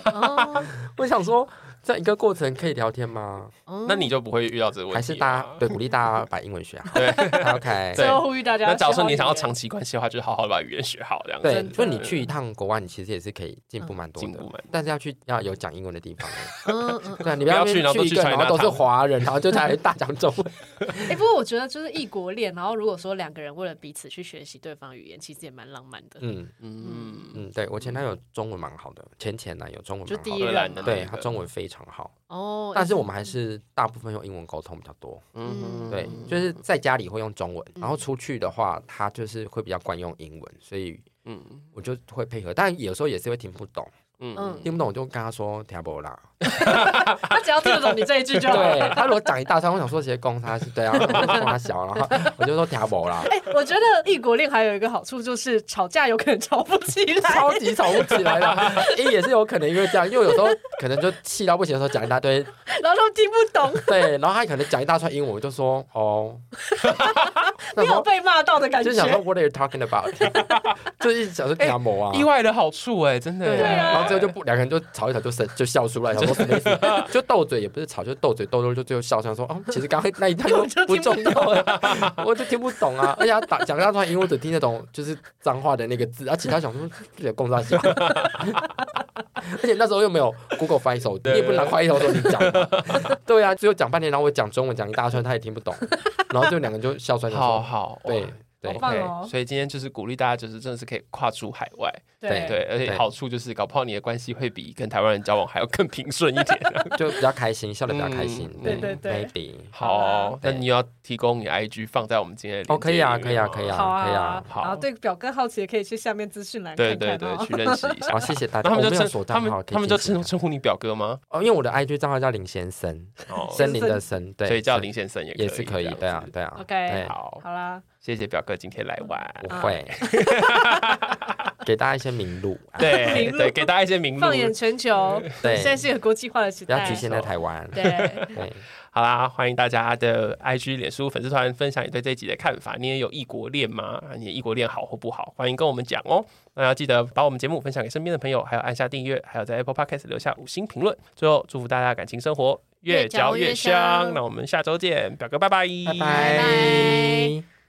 哦我想说，这样一个过程可以聊天吗？哦 那你就不会遇到这个问题啊，还是大家对鼓励大家把英文学好。 对 OK，对 最后呼吁大家，那假如说你想要长期关系的话，就是好好地把语言学好，这样对子真，的就你去一趟国外，你其实也是可以进步蛮多进步的，蛮但是要去要有讲英文的地 方。嗯嗯，对啊，你不要要去然后都去一去个， China 然后都是堂华人，然后就在那里大讲中 文。 哎、不过我觉得就是异国恋，然后如果说两个人为了彼此去学习对方语言，其实也蛮浪漫的。嗯嗯，嗯，对我前男友中文蛮好的，前前男友中文就蛮第好一的，荷任兰嘛的对那他个中文非常好，哦，但是我们还是大部分用英文沟通比较多。嗯对，就是在家里会用中文，然嗯后出去的话，他就是会比较惯用英文，所以嗯我就会配合，但有时候也是会听不懂，嗯嗯听不懂我就跟他说听不 啦。他啊只要听得懂你这一句就好了。 对他如果讲一大串，我想说直接攻他是对啊，攻他小，然后我就说听 不啦，哎、我觉得异国恋还有一个好处就是吵架有可能吵不起 来。超级吵不起来的，也也是有可能因为这样，因为有时候可能就气到不行的时候讲一大堆，然后他们听不 懂，对，然后他可能讲一大串英文，我就说 哦，没然有后被骂到的感觉就。想说 What are you talking about？就是 想说听不啊嗯，。意外的好处哎，真的耶，对啊，然后最后就不两个人就吵一吵就生 就笑出来，想说什么意思？就斗嘴也不是吵，就斗嘴斗斗就最后 笑，想说哦，其实刚刚那一段我就都不听不重要啊， 我就听不懂啊，而且他打讲那段英 文只听得懂就是脏话的那个字，啊，其他想说这个共大笑。而且那时候又没有 Google 翻译手机，你也不能拿翻译手机讲嘛。对啊，只有讲半天，然后我讲中文讲一大串，他也听不懂，然后就两个人就笑出来，就好说好，对哇对好棒，OK，哦所以今天就是鼓励大家，就是真的是可以跨出海外，对对，而且对好处就是搞不好你的关系会比跟台湾人交往还要更平顺一点。就比较开心，笑得比较开心嗯。对对，maybe 好，那对你要提供你 IG 放在我们今天的哦，可以啊，链可接里以啊，面吗可以啊，好可以啊啊。，好然后对表哥好奇的可以去下面资讯栏对看看对哦。对，去认识一下 好，。谢谢然大家。后他们我就没有称锁他账号们，可以他们就进行称称呼你表哥吗？哦，因为我的 IG 账号叫林先生， 哦，森林的森，对，所以叫林先生也也是可以，这对样啊子，对啊 OK 对好，好啦，谢谢表哥今天来玩。不会， 给大家一些名录，啊对 名录对，给大家一些名录。放眼全球，对现在是一个国际化的时不要代局。限在台湾，对，对，好啦，欢迎大家的 IG、脸书粉丝团分享你对这一集的看法。你也有异国恋吗？啊你的异国恋好或不好？欢迎跟我们讲哦。那要记得把我们节目分享给身边的朋友，还有按下订阅，还有在 Apple Podcast 留下五星评论。最后，祝福大家感情生活越嚼嚼越越香那我们下周见，表哥，拜拜，拜拜拜拜。